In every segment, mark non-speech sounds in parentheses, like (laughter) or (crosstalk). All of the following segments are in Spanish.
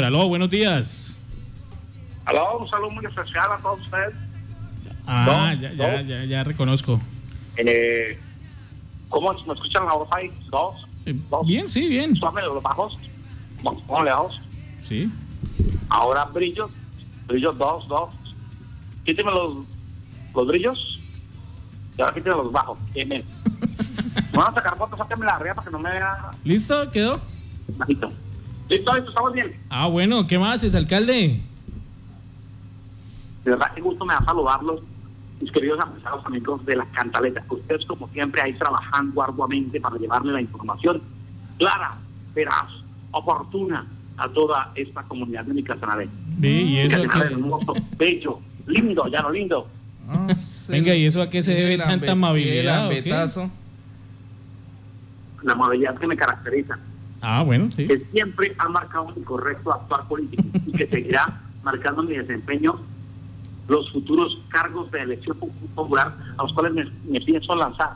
Aló, buenos días. Aló, un saludo muy especial a todos ustedes. Ah, No, ya, ya, no. ya, ya reconozco. Eh, ¿Cómo me escuchan la voz ahí? Dos, Eh, dos. Bien, sí, bien. Suave, los bajos. Vamos, vamos, lejos. Sí. Ahora brillos. Brillos dos, dos. Quíteme los, los brillos. Y ahora quíteme los bajos. (laughs) Bien, Vamos a sacar fotos, sáquenme la arriba para que no me vea ¿Listo? ¿Quedó? bajito. Listo, listo, estamos bien. Ah, bueno, ¿qué más es, alcalde? De verdad, qué gusto me da saludarlos, mis queridos apresados amigos de las cantaletas. Ustedes, como siempre, ahí trabajando arduamente para llevarle la información clara, veraz, oportuna a toda esta comunidad de Nicasanabé. Ve, Mm. ¿y eso a qué Nicasanabé, se- hermoso, bello, lindo, ya lo lindo. Ah, (laughs) Venga, ¿y eso a qué se debe tanta amabilidad, o qué? Betazo. La amabilidad que me caracteriza, Ah, bueno, sí. que siempre ha marcado mi correcto actuar político y que seguirá marcando mi desempeño los futuros cargos de elección popular a los cuales me, me pienso lanzar.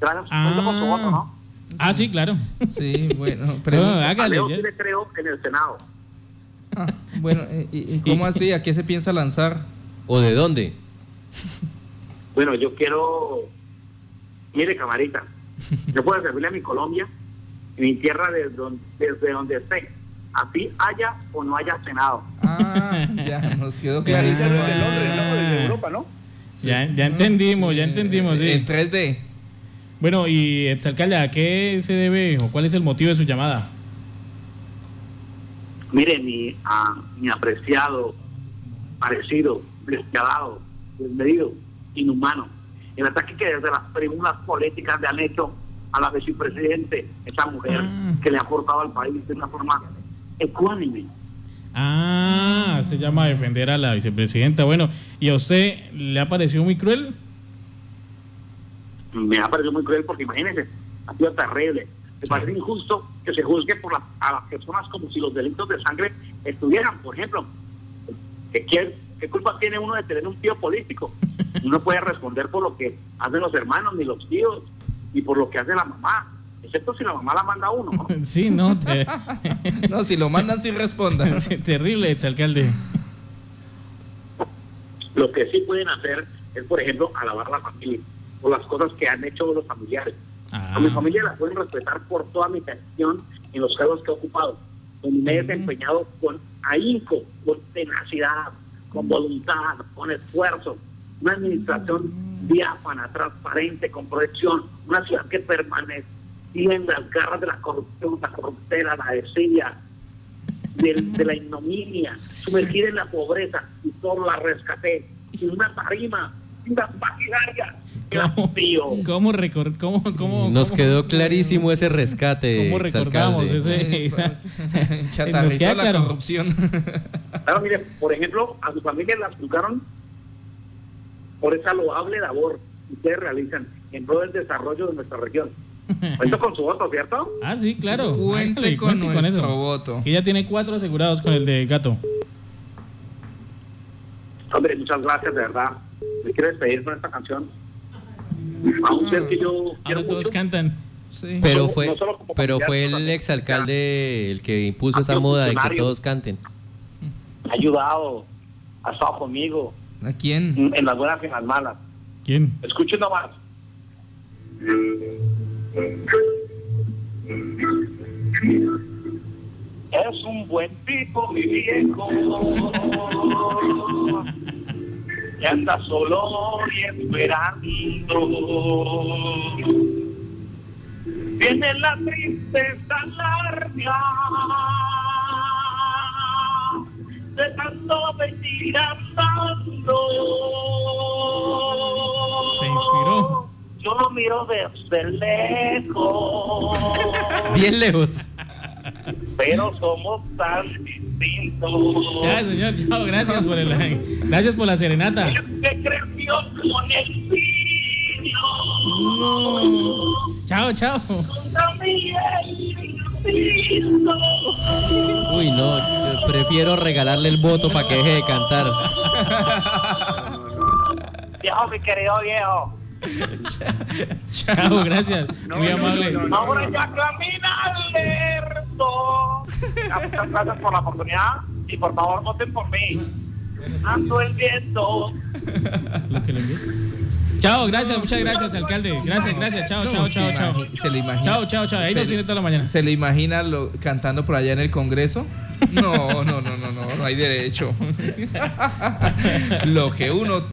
Gracias cuenta con su voto, ¿no? Ah, sí, claro. Sí, (laughs) bueno. Pero pregunta- A hágale. Leo ya. sí le creo en el Senado. Ah, bueno, eh, ¿y, y cómo así? ¿A qué se piensa lanzar? ¿O de dónde? Bueno, yo quiero. Mire, camarita, yo puedo servirle a mi Colombia, mi tierra desde donde, desde donde esté. Así haya o no haya Senado. (laughs) Ah, ya, nos quedó clarito. Ah. ¿no? ¿no? Sí. Ya, ya entendimos, ya Sí, entendimos, sí. En 3D. Bueno, y exalcalde, ¿a qué se debe o cuál es el motivo de su llamada? Mire, mi, ah, mi apreciado, parecido, despiadado, desmedido, inhumano. El ataque que desde las tribunas políticas le han hecho a la vicepresidente, esa mujer Ah. que le ha aportado al país de una forma ecuánime. Ah, se llama defender a la vicepresidenta. Bueno, ¿y a usted le ha parecido muy cruel? (laughs) me ha parecido muy cruel porque imagínense, ha sido terrible. Me parece injusto que se juzgue por las a las personas como si los delitos de sangre estuvieran, por ejemplo. ¿Qué, qué, qué culpa tiene uno de tener un tío político? Uno puede responder por lo que hacen los hermanos, ni los tíos, ni por lo que hace la mamá, excepto si la mamá la manda a uno. ¿no? Sí, no, te- No, si lo mandan, sí respondan. (laughs) sí, terrible, exalcalde. Lo que sí pueden hacer es, por ejemplo, alabar a la familia o las cosas que han hecho los familiares. Ah, A mi familia la pueden respetar por toda mi gestión en los cargos que he ocupado, donde me he desempeñado con ahínco, con tenacidad, con voluntad, con esfuerzo. Una administración diáfana, transparente, con proyección. Una ciudad que permanece en las garras de la corrupción, la corruptela, la desidia, del- de, la ignominia, sumergida en la pobreza, y solo la rescaté. Sin una tarima, sin una maquinaria. ¿Cómo, Dios mío. cómo recor- cómo- cómo- Nos cómo- quedó clarísimo ese rescate, ¿Cómo recordamos (laughs) ese? (laughs) exalcalde. esa- Nos Chatarrizó queda la claro. corrupción. (laughs) Claro, mire, por ejemplo, a su familia la juzgaron por esa loable labor que ustedes realizan en pro del desarrollo de nuestra región. Cuento con su voto, ¿cierto? Ah, sí, claro. Cuente Hágale, con cuente nuestro eso. voto. Que ya tiene cuatro asegurados con el de gato. Hombre, muchas gracias, de verdad. Me quiero despedir con esta canción. A un ser que yo quiero Ahora todos mucho. cantan. Sí. Pero No fue, solo como pero candidato, fue el también. exalcalde el que impuso Ha esa sido moda de que funcionario. todos canten. Ha ayudado, ha estado conmigo ¿A quién? en las buenas y en las malas. ¿Quién? Escuchen nomás. Es un buen tipo, mi viejo. Y anda solo y esperando. Viene la tristeza larga de tanto venir andando. Se inspiró. Yo lo miro desde lejos. Bien lejos. pero somos tan distintos. Ya, señor, chao. Gracias por, el, gracias por la serenata. Que creció con el niño, Chao, chao. con Daniel Cristo. Uy, no, yo prefiero regalarle el voto para que deje de cantar. Viejo, mi querido viejo. Chao, gracias. Muy amable. Ahora ya camina alerta. gusto. Ya, Muchas gracias por la oportunidad y por favor voten por mí. Ando el viento. Lo que le envié. Chao, gracias, muchas gracias, alcalde. Gracias, gracias. Chao, No, chao, se chao, chao. imagi- Se lo imagina. Chao, chao, chao. Ahí Se nos le- iré toda la mañana. ¿Se lo imagina lo- cantando por allá en el Congreso? No, no, no, no, no, no hay derecho. (laughs) lo que uno